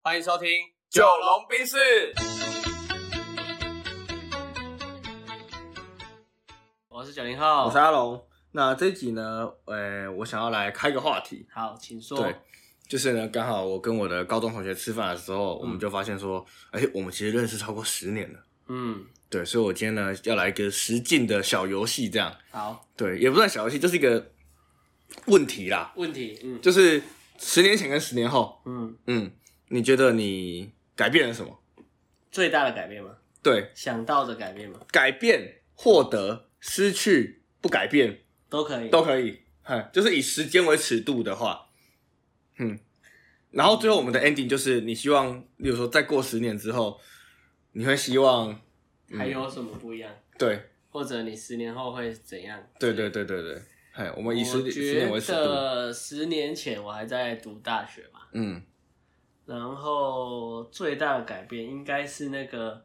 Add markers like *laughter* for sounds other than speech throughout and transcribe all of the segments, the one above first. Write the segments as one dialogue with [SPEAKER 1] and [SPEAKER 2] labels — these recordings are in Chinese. [SPEAKER 1] 欢迎收听《
[SPEAKER 2] 九龙冰室。
[SPEAKER 1] 我是九零后，
[SPEAKER 2] 我是阿龙。那这一集呢，呃，我想要来开个话题，
[SPEAKER 1] 好，请说。
[SPEAKER 2] 对，就是呢，刚好我跟我的高中同学吃饭的时候，我们就发现说，哎、我们其实认识超过十年了。
[SPEAKER 1] 嗯，
[SPEAKER 2] 对，所以我今天呢要来一个实境的小游戏，这样，
[SPEAKER 1] 好，
[SPEAKER 2] 对，也不算小游戏，就是一个问题啦，
[SPEAKER 1] 问题，嗯
[SPEAKER 2] 就是十年前跟十年后，
[SPEAKER 1] 嗯，
[SPEAKER 2] 嗯，你觉得你改变了什么？
[SPEAKER 1] 最大的改变吗？
[SPEAKER 2] 对，
[SPEAKER 1] 想到的改变吗？
[SPEAKER 2] 改变、获得、失去、不改变
[SPEAKER 1] 都可以。
[SPEAKER 2] 都可以，哼，就是以时间为尺度的话，嗯，然后最后我们的 ending 就是你希望，例如说再过十年之后，你会希望，
[SPEAKER 1] 还有什么不一样？
[SPEAKER 2] 对，
[SPEAKER 1] 或者你十年后会怎样？
[SPEAKER 2] 对对对对对，嘿，我们以
[SPEAKER 1] 我
[SPEAKER 2] 十十年为
[SPEAKER 1] 觉
[SPEAKER 2] 尺度，
[SPEAKER 1] 得十年前我还在读大学嘛，
[SPEAKER 2] 嗯，
[SPEAKER 1] 然后最大的改变应该是那个，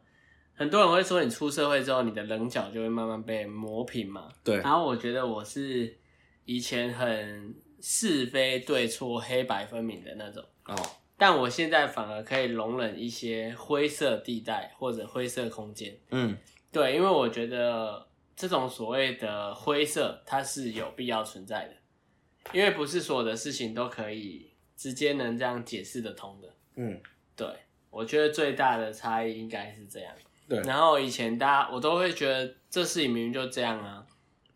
[SPEAKER 1] 很多人会说你出社会之后，你的棱角就会慢慢被磨平嘛。
[SPEAKER 2] 对，
[SPEAKER 1] 然后我觉得我是以前很是非对错黑白分明的那种，
[SPEAKER 2] 哦，
[SPEAKER 1] 但我现在反而可以容忍一些灰色地带或者灰色空间。
[SPEAKER 2] 嗯，
[SPEAKER 1] 对，因为我觉得这种所谓的灰色，它是有必要存在的，因为不是所有的事情都可以直接能这样解释得通的。
[SPEAKER 2] 嗯，
[SPEAKER 1] 对，我觉得最大的差异应该是这样。
[SPEAKER 2] 对
[SPEAKER 1] 然后以前大家我都会觉得这事情明明就这样啊，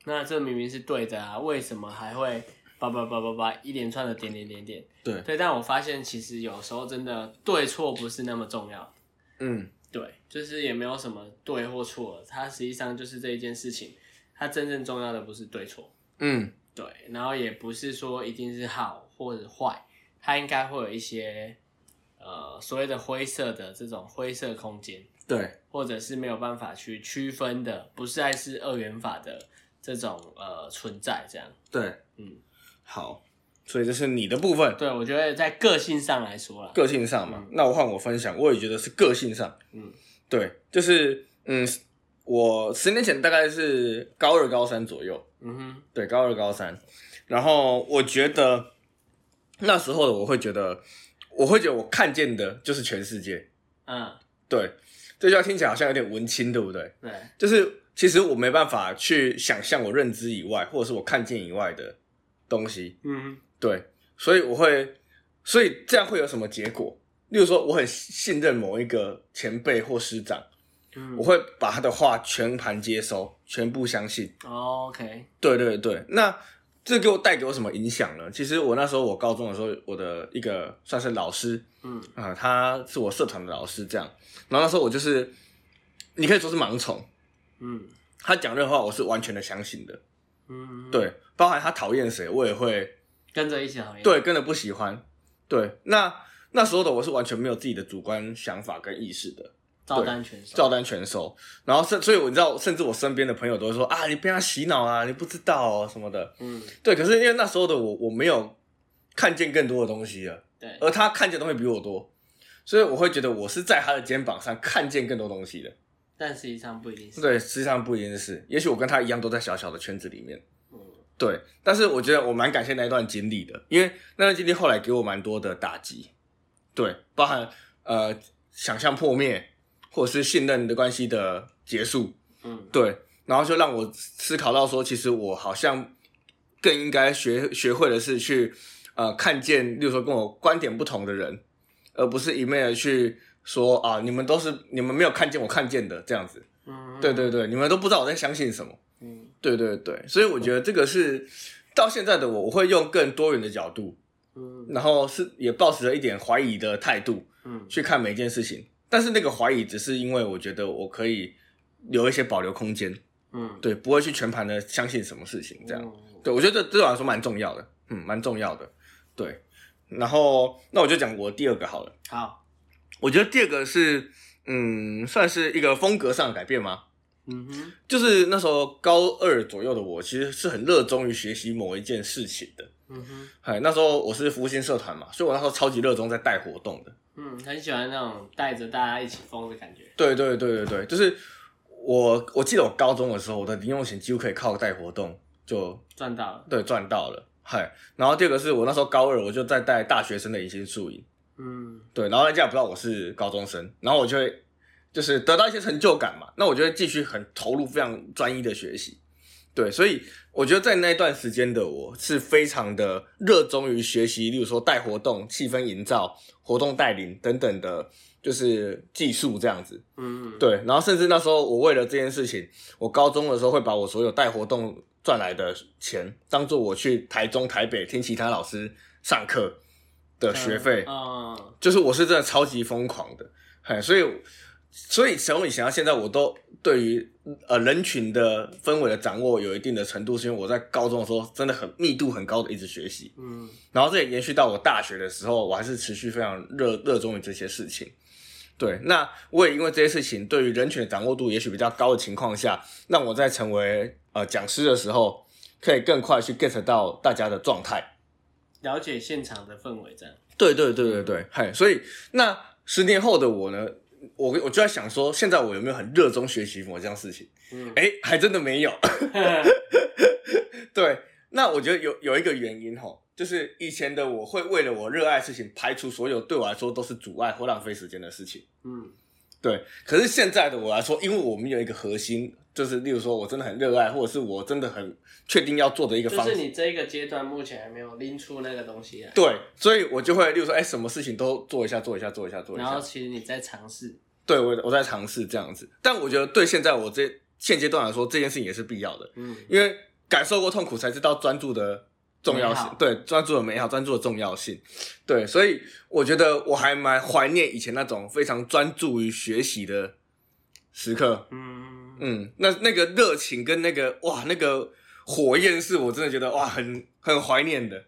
[SPEAKER 1] 那这明明是对的啊，为什么还会叭叭叭叭叭一连串的点点点点？
[SPEAKER 2] 对，
[SPEAKER 1] 对，但我发现其实有时候真的对错不是那么重要，
[SPEAKER 2] 嗯，
[SPEAKER 1] 对，就是也没有什么对或错，它实际上就是这一件事情，它真正重要的不是对错，
[SPEAKER 2] 嗯，
[SPEAKER 1] 对，然后也不是说一定是好或者坏，它应该会有一些呃所谓的灰色的这种灰色空间，
[SPEAKER 2] 对，
[SPEAKER 1] 或者是没有办法去区分的，不再是二元法的这种呃存在。这样，
[SPEAKER 2] 对，
[SPEAKER 1] 嗯，
[SPEAKER 2] 好，所以这是你的部分，
[SPEAKER 1] 对我觉得在个性上来说啦，
[SPEAKER 2] 个性上嘛，那我换我分享，我也觉得是个性上，
[SPEAKER 1] 嗯，
[SPEAKER 2] 对，就是，嗯，我十年前大概是高二、高三左右，
[SPEAKER 1] 嗯哼，
[SPEAKER 2] 对，高二、高三。然后我觉得那时候的我会觉得，我会觉得我看见的就是全世界。
[SPEAKER 1] 嗯，
[SPEAKER 2] 对，这句话听起来好像有点文青，对不对？
[SPEAKER 1] 对，
[SPEAKER 2] 就是其实我没办法去想象我认知以外，或者是我看见以外的东西。
[SPEAKER 1] 嗯
[SPEAKER 2] 对，所以我会，所以这样会有什么结果？例如说，我很信任某一个前辈或师长，
[SPEAKER 1] 嗯
[SPEAKER 2] 我会把他的话全盘接收，全部相信。
[SPEAKER 1] 嗯，OK，
[SPEAKER 2] 对对对，那这给我带给我什么影响呢？其实我那时候我高中的时候，我的一个算是老师
[SPEAKER 1] 嗯
[SPEAKER 2] 啊、呃他是我社团的老师这样。然后那时候我就是，你可以说是盲从，
[SPEAKER 1] 嗯
[SPEAKER 2] 他讲任何话我是完全的相信的。
[SPEAKER 1] 嗯，，
[SPEAKER 2] 对，包含他讨厌谁，我也会
[SPEAKER 1] 跟着一起讨厌，，
[SPEAKER 2] 对跟着不喜欢。对，那那时候的我是完全没有自己的主观想法跟意识的，
[SPEAKER 1] 照单全收，
[SPEAKER 2] 照单全收。然后甚所以我知道，甚至我身边的朋友都会说啊，你被他洗脑啊，你不知道哦什么的。
[SPEAKER 1] 嗯，
[SPEAKER 2] 对，可是因为那时候的我，我没有看见更多的东西了，
[SPEAKER 1] 对，
[SPEAKER 2] 而他看见的东西比我多，所以我会觉得我是在他的肩膀上看见更多东西的。
[SPEAKER 1] 但实际上不一定是，
[SPEAKER 2] 对，实际上不一定是，也许我跟他一样都在小小的圈子里面。
[SPEAKER 1] 嗯
[SPEAKER 2] 对，但是我觉得我蛮感谢那一段经历的，因为那段经历后来给我蛮多的打击，对，包含呃想象破灭，或者是信任的关系的结束，
[SPEAKER 1] 嗯
[SPEAKER 2] 对，然后就让我思考到说，其实我好像更应该学学会的是去呃看见，例如说跟我观点不同的人，而不是一昧的去说啊，你们都是你们没有看见我看见的这样子。
[SPEAKER 1] 嗯，
[SPEAKER 2] 对，对对，你们都不知道我在相信什么。
[SPEAKER 1] 嗯
[SPEAKER 2] 对对对，所以我觉得这个是到现在的我，我会用更多元的角度，
[SPEAKER 1] 嗯
[SPEAKER 2] 然后是也抱持了一点怀疑的态度
[SPEAKER 1] 嗯，
[SPEAKER 2] 去看每一件事情。但是那个怀疑只是因为我觉得我可以留一些保留空间，
[SPEAKER 1] 嗯，
[SPEAKER 2] 对，不会去全盘的相信什么事情，这样。
[SPEAKER 1] 嗯，
[SPEAKER 2] 对我觉得这对我来说蛮重要的，嗯，蛮重要的。对，然后那我就讲我第二个好了。
[SPEAKER 1] 好，
[SPEAKER 2] 我觉得第二个是，嗯，算是一个风格上的改变吗？
[SPEAKER 1] 嗯哼，
[SPEAKER 2] 就是那时候高二左右的我，其实是很热衷于学习某一件事情的。
[SPEAKER 1] 嗯哼。
[SPEAKER 2] 哎，那时候我是服务性社团嘛，所以我那时候超级热衷在带活动的。
[SPEAKER 1] 嗯，很喜欢那种带着大家一起疯的感觉。
[SPEAKER 2] 对对对对对，就是我我记得我高中的时候，我的零用钱几乎可以靠带活动就
[SPEAKER 1] 赚到了。
[SPEAKER 2] 对，赚到了。嗨，然后第二个是我那时候高二，我就在带大学生的迎新宿营。
[SPEAKER 1] 嗯，
[SPEAKER 2] 对，然后人家也不知道我是高中生，然后我就会就是得到一些成就感嘛，那我就会继续很投入、非常专一的学习。对，所以我觉得在那段时间的我是非常的热衷于学习，例如说带活动、气氛营造、活动带领等等的，就是技术这样子。
[SPEAKER 1] 嗯，
[SPEAKER 2] 对，然后甚至那时候我为了这件事情，我高中的时候会把我所有带活动赚来的钱，当做我去台中、台北听其他老师上课的学费。
[SPEAKER 1] 嗯，
[SPEAKER 2] 就是我是真的超级疯狂的，嘿，所以所以从以前到现在，我都对于呃人群的氛围的掌握有一定的程度，是因为我在高中的时候真的很密度很高的一直学习，
[SPEAKER 1] 嗯，
[SPEAKER 2] 然后这也延续到我大学的时候，我还是持续非常热热衷于这些事情。对，那我也因为这些事情，对于人群的掌握度也许比较高的情况下，让我在成为呃讲师的时候，可以更快去 get 到大家的状态。
[SPEAKER 1] 了解现场的氛围，这样，
[SPEAKER 2] 对对对对对，嗨，所以那十年后的我呢，我我就在想说，现在我有没有很热衷学习某项事情？
[SPEAKER 1] 嗯，
[SPEAKER 2] 哎，还真的
[SPEAKER 1] *laughs*
[SPEAKER 2] 没有。对，那我觉得有有一个原因吼，就是以前的我会为了我热爱的事情，排除所有对我来说都是阻碍或浪费时间的事情。
[SPEAKER 1] 嗯，
[SPEAKER 2] 对，可是现在的我来说，因为我们有一个核心，就是例如说我真的很热爱，或者是我真的很确定要做的一个
[SPEAKER 1] 就
[SPEAKER 2] 方
[SPEAKER 1] 是
[SPEAKER 2] 式。
[SPEAKER 1] 你这个阶段目前还没有拎出那个东西来，
[SPEAKER 2] 对，所以我就会，例如说，哎，什么事情都做一下，做一下，做一下，做一下。
[SPEAKER 1] 然后其实你在尝试，
[SPEAKER 2] 对我我在尝试这样子，但我觉得对现在我这现阶段来说，这件事情也是必要的，
[SPEAKER 1] 嗯，
[SPEAKER 2] 因为感受过痛苦才知道专注的重要
[SPEAKER 1] 美
[SPEAKER 2] 性
[SPEAKER 1] 好，
[SPEAKER 2] 对专注的美好，专注的重要性，对，所以我觉得我还蛮怀念以前那种非常专注于学习的时刻，
[SPEAKER 1] 嗯，
[SPEAKER 2] 嗯，那那个热情跟那个哇那个火焰是我真的觉得哇很很怀念的，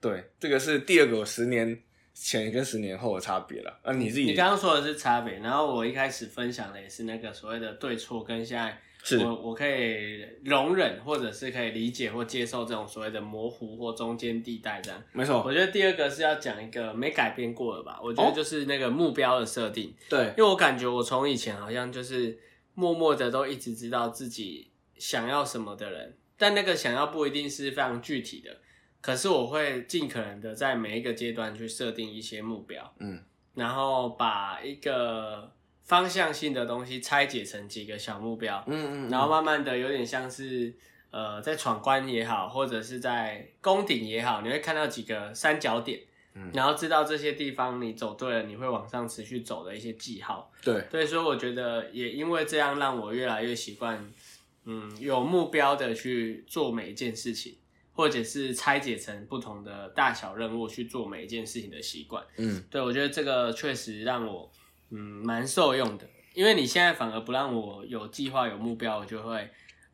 [SPEAKER 2] 对，这个是第二个我十年前跟十年后的差别了，那、啊你自己
[SPEAKER 1] 嗯你刚刚说的是差别，然后我一开始分享的也是那个所谓的对错跟现在。
[SPEAKER 2] 是
[SPEAKER 1] 我我可以容忍，或者是可以理解或接受这种所谓的模糊或中间地带这样。
[SPEAKER 2] 没错，
[SPEAKER 1] 我觉得第二个是要讲一个没改变过的吧，我觉
[SPEAKER 2] 哦
[SPEAKER 1] 得就是那个目标的设定，
[SPEAKER 2] 对
[SPEAKER 1] 因。为我感觉我从以前好像就是默默的都一直知道自己想要什么的人，但那个想要不一定是非常具体的，可是我会尽可能的在每一个阶段去设定一些目标，
[SPEAKER 2] 嗯，
[SPEAKER 1] 然后把一个方向性的东西拆解成几个小目标，
[SPEAKER 2] 嗯嗯，
[SPEAKER 1] 然后慢慢的有点像是呃，在闯关也好，或者是在攻顶也好，你会看到几个三角点，
[SPEAKER 2] 嗯
[SPEAKER 1] 然后知道这些地方你走对了，你会往上持续走的一些记号。
[SPEAKER 2] 对，
[SPEAKER 1] 对，所以我觉得也因为这样，让我越来越习惯，嗯，有目标的去做每一件事情，或者是拆解成不同的大小任务去做每一件事情的习惯。
[SPEAKER 2] 嗯
[SPEAKER 1] 对，我觉得这个确实让我嗯蛮受用的，因为你现在反而不让我有计划、有目标，我就会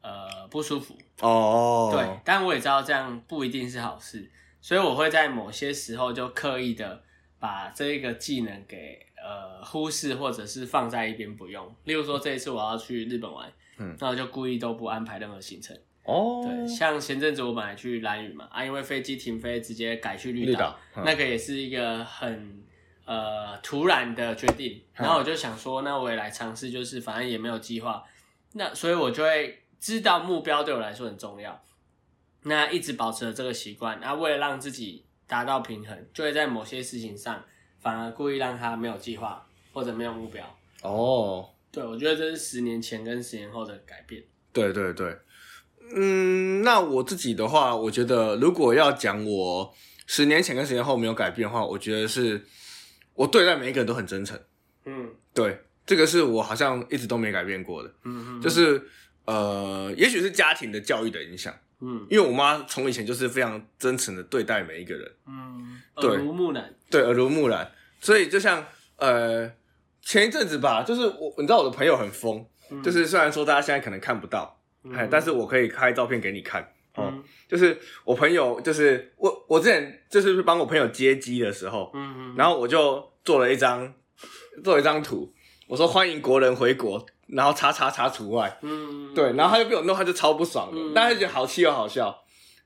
[SPEAKER 1] 呃不舒服。
[SPEAKER 2] 哦，
[SPEAKER 1] 对，但我也知道这样不一定是好事，所以我会在某些时候就刻意的把这个技能给呃忽视，或者是放在一边不用。例如说这一次我要去日本玩，
[SPEAKER 2] 嗯
[SPEAKER 1] 那我就故意都不安排任何行程。
[SPEAKER 2] 哦，
[SPEAKER 1] 对，像前阵子我本来去兰屿嘛，啊，因为飞机停飞，直接改去绿
[SPEAKER 2] 绿
[SPEAKER 1] 岛。
[SPEAKER 2] 岛，嗯
[SPEAKER 1] 那个也是一个很呃突然的决定，
[SPEAKER 2] 嗯
[SPEAKER 1] 然后我就想说，那我也来尝试，就是反正也没有计划，那所以我就会知道目标对我来说很重要，那一直保持了这个习惯，那、为了让自己达到平衡，就会在某些事情上反而故意让他没有计划或者没有目标。
[SPEAKER 2] 哦，
[SPEAKER 1] 对，我觉得这是十年前跟十年后的改变。
[SPEAKER 2] 对对对，嗯，那我自己的话，我觉得如果要讲我十年前跟十年后没有改变的话，我觉得是我对待每一个人都很真诚，
[SPEAKER 1] 嗯
[SPEAKER 2] 对，这个是我好像一直都没改变过的，
[SPEAKER 1] 嗯嗯，
[SPEAKER 2] 就是呃，也许是家庭的教育的影响，
[SPEAKER 1] 嗯
[SPEAKER 2] 因为我妈从以前就是非常真诚的对待每一个人。
[SPEAKER 1] 嗯，
[SPEAKER 2] 对
[SPEAKER 1] 耳濡目染。
[SPEAKER 2] 对，耳濡目染。所以就像呃前一阵子吧，就是我你知道我的朋友很疯，
[SPEAKER 1] 嗯
[SPEAKER 2] 就是虽然说大家现在可能看不到，
[SPEAKER 1] 嗯
[SPEAKER 2] 哎、但是我可以开照片给你看。哦、
[SPEAKER 1] 嗯
[SPEAKER 2] 就是我朋友，就是我我之前就是帮我朋友接机的时候，
[SPEAKER 1] 嗯嗯，
[SPEAKER 2] 然后我就做了一张做了一张图，我说欢迎国人回国，然后叉叉叉除外。
[SPEAKER 1] 嗯嗯
[SPEAKER 2] 对，然后他就被我弄，他就超不爽的，
[SPEAKER 1] 嗯
[SPEAKER 2] 但他就觉得好气又哦好笑。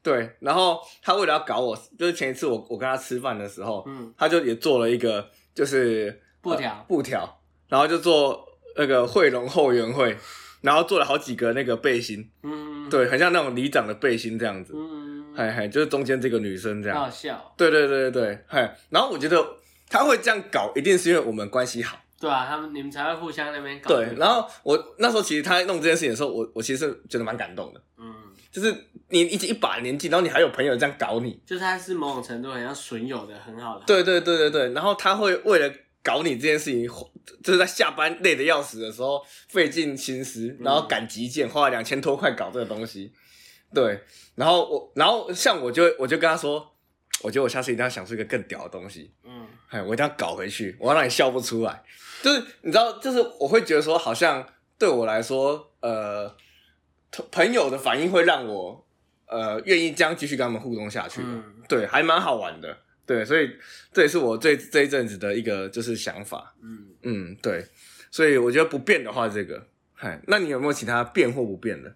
[SPEAKER 2] 对，然后他为了要搞我，就是前一次我我跟他吃饭的时候，
[SPEAKER 1] 嗯
[SPEAKER 2] 他就也做了一个就是
[SPEAKER 1] 布条
[SPEAKER 2] 呃布条，然后就做那个汇龙后援会，然后做了好几个那个背心，
[SPEAKER 1] 嗯，
[SPEAKER 2] 对，很像那种里长的背心这样子，
[SPEAKER 1] 嗯，嗯，嗯
[SPEAKER 2] 嘿嘿，就是中间这个女生这
[SPEAKER 1] 很
[SPEAKER 2] 样
[SPEAKER 1] 好，笑，
[SPEAKER 2] 对对对对对，嘿，然后我觉得他会这样搞，一定是因为我们关系好。
[SPEAKER 1] 对啊，他们你们才会互相那边搞。
[SPEAKER 2] 对，然后我那时候其实他弄这件事情的时候，我我其实是觉得蛮感动的，
[SPEAKER 1] 嗯，
[SPEAKER 2] 就是你已经一把年纪，然后你还有朋友这样搞你，
[SPEAKER 1] 就是他是某种程度很像损友的很好的。
[SPEAKER 2] 对对对对对，然后他会为了搞你这件事情，就是在下班累得要死的时候费尽心思，然后赶急件，花了两千多块搞这个东西。对，然后我，然后像我就我就跟他说，我觉得我下次一定要想出一个更屌的东西，
[SPEAKER 1] 嗯，
[SPEAKER 2] 哎，我一定要搞回去，我要让你笑不出来。就是你知道，就是我会觉得说，好像对我来说，呃，同朋友的反应会让我呃愿意这样继续跟他们互动下去的。
[SPEAKER 1] 嗯
[SPEAKER 2] 对，还蛮好玩的。对，所以这也是我这这一阵子的一个就是想法。
[SPEAKER 1] 嗯，
[SPEAKER 2] 嗯，对，所以我觉得不变的话，这个，嗨，那你有没有其他变或不变的？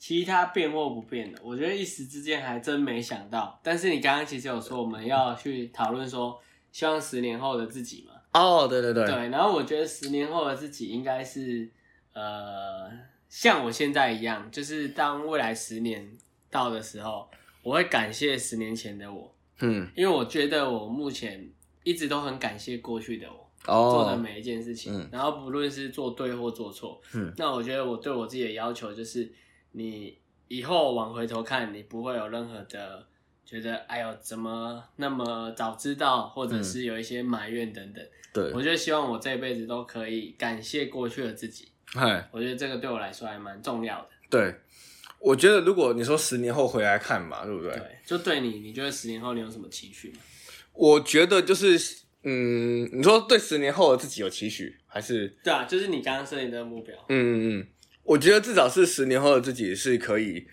[SPEAKER 1] 其他变或不变的，我觉得一时之间还真没想到。但是你刚刚其实有说我们要去讨论说，希望十年后的自己嘛。
[SPEAKER 2] 哦，对对对，
[SPEAKER 1] 对，然后我觉得十年后的自己应该是呃，像我现在一样，就是当未来十年到的时候，我会感谢十年前的我，
[SPEAKER 2] 嗯，
[SPEAKER 1] 因为我觉得我目前一直都很感谢过去的我。做的
[SPEAKER 2] 哦，
[SPEAKER 1] 每一件事情，
[SPEAKER 2] 嗯
[SPEAKER 1] 然后不论是做对或做错，
[SPEAKER 2] 嗯
[SPEAKER 1] 那我觉得我对我自己的要求就是，你以后往回头看，你不会有任何的觉得，哎呦，怎么那么早知道，或者是有一些埋怨等等。
[SPEAKER 2] 嗯对，
[SPEAKER 1] 我就希望我这辈子都可以感谢过去的自己，
[SPEAKER 2] 嗨，
[SPEAKER 1] 我觉得这个对我来说还蛮重要的。
[SPEAKER 2] 对，我觉得如果你说十年后回来看嘛，对不对？
[SPEAKER 1] 对，就对你，你觉得十年后你有什么期许吗？
[SPEAKER 2] 我觉得就是，嗯，你说对十年后的自己有期许，还是
[SPEAKER 1] 对啊，就是你刚刚设定的目标。
[SPEAKER 2] 嗯，嗯嗯，我觉得至少是十年后的自己是可以，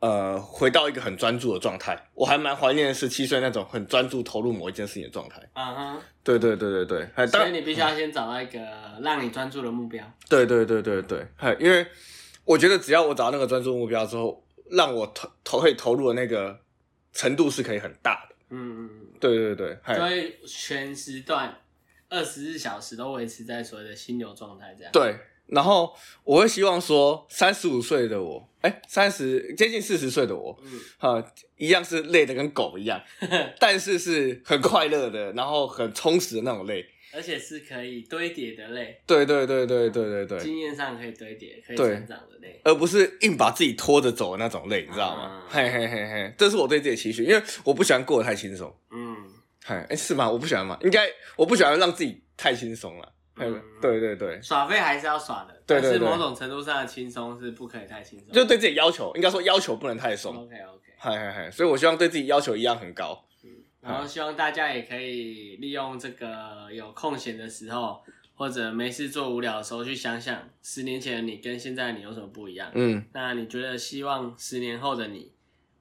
[SPEAKER 2] 呃，回到一个很专注的状态。我还蛮怀念十七岁那种很专注投入某一件事情的状态。
[SPEAKER 1] 啊哈、
[SPEAKER 2] 对对对对对，还当
[SPEAKER 1] 所以你必须要先找到一个让你专注的目标。
[SPEAKER 2] 对对对对对，还因为我觉得只要我找到那个专注目标之后，让我投投可以投入的那个程度是可以很大的。
[SPEAKER 1] 嗯嗯嗯。
[SPEAKER 2] 对对对，哎
[SPEAKER 1] 就
[SPEAKER 2] 还
[SPEAKER 1] 会全时段二十四小时都维持在所谓的心流状态，这样。
[SPEAKER 2] 对。然后我会希望说，三十五岁的我，哎，三十接近四十岁的我，
[SPEAKER 1] 嗯，
[SPEAKER 2] 啊，一样是累的跟狗一样， *laughs* 但是是很快乐的，然后很充实的那种累。
[SPEAKER 1] 而且是可以堆叠的累，
[SPEAKER 2] 对对对对对对对，
[SPEAKER 1] 经验上可以堆叠，可以
[SPEAKER 2] 对
[SPEAKER 1] 成长的累。
[SPEAKER 2] 而不是硬把自己拖着走的那种累，你知道吗
[SPEAKER 1] 啊？
[SPEAKER 2] *laughs* 嘿嘿嘿嘿，这是我对自己的期许，因为我不喜欢过得太轻松。
[SPEAKER 1] 嗯，
[SPEAKER 2] 嘿，哎，是吗？我不喜欢嘛，应该我不喜欢让自己太轻松了。嗯
[SPEAKER 1] 嗯，
[SPEAKER 2] 对对对，
[SPEAKER 1] 耍废还是要耍的，
[SPEAKER 2] 对对
[SPEAKER 1] 但
[SPEAKER 2] 对
[SPEAKER 1] 是某种程度上的轻松是不可以太轻松。
[SPEAKER 2] 就对自己要求，应该说要求不能太松。
[SPEAKER 1] OK OK，
[SPEAKER 2] 嘿嘿嘿，所以我希望对自己要求一样很高。
[SPEAKER 1] 然后希望大家也可以利用这个有空闲的时候，或者没事做无聊的时候，去想想十年前的你跟现在的你有什么不一样。
[SPEAKER 2] 嗯，
[SPEAKER 1] 那你觉得希望十年后的你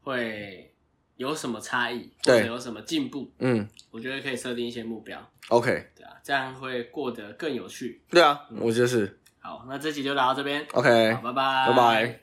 [SPEAKER 1] 会有什么差异，或
[SPEAKER 2] 对
[SPEAKER 1] 者有什么进步？
[SPEAKER 2] 嗯
[SPEAKER 1] 我觉得可以设定一些目标，
[SPEAKER 2] ，OK，
[SPEAKER 1] 对啊，这样会过得更有趣。
[SPEAKER 2] 对啊，我就是
[SPEAKER 1] 嗯好，那这集就聊到这边，
[SPEAKER 2] OK，
[SPEAKER 1] 好，拜拜，
[SPEAKER 2] 拜拜。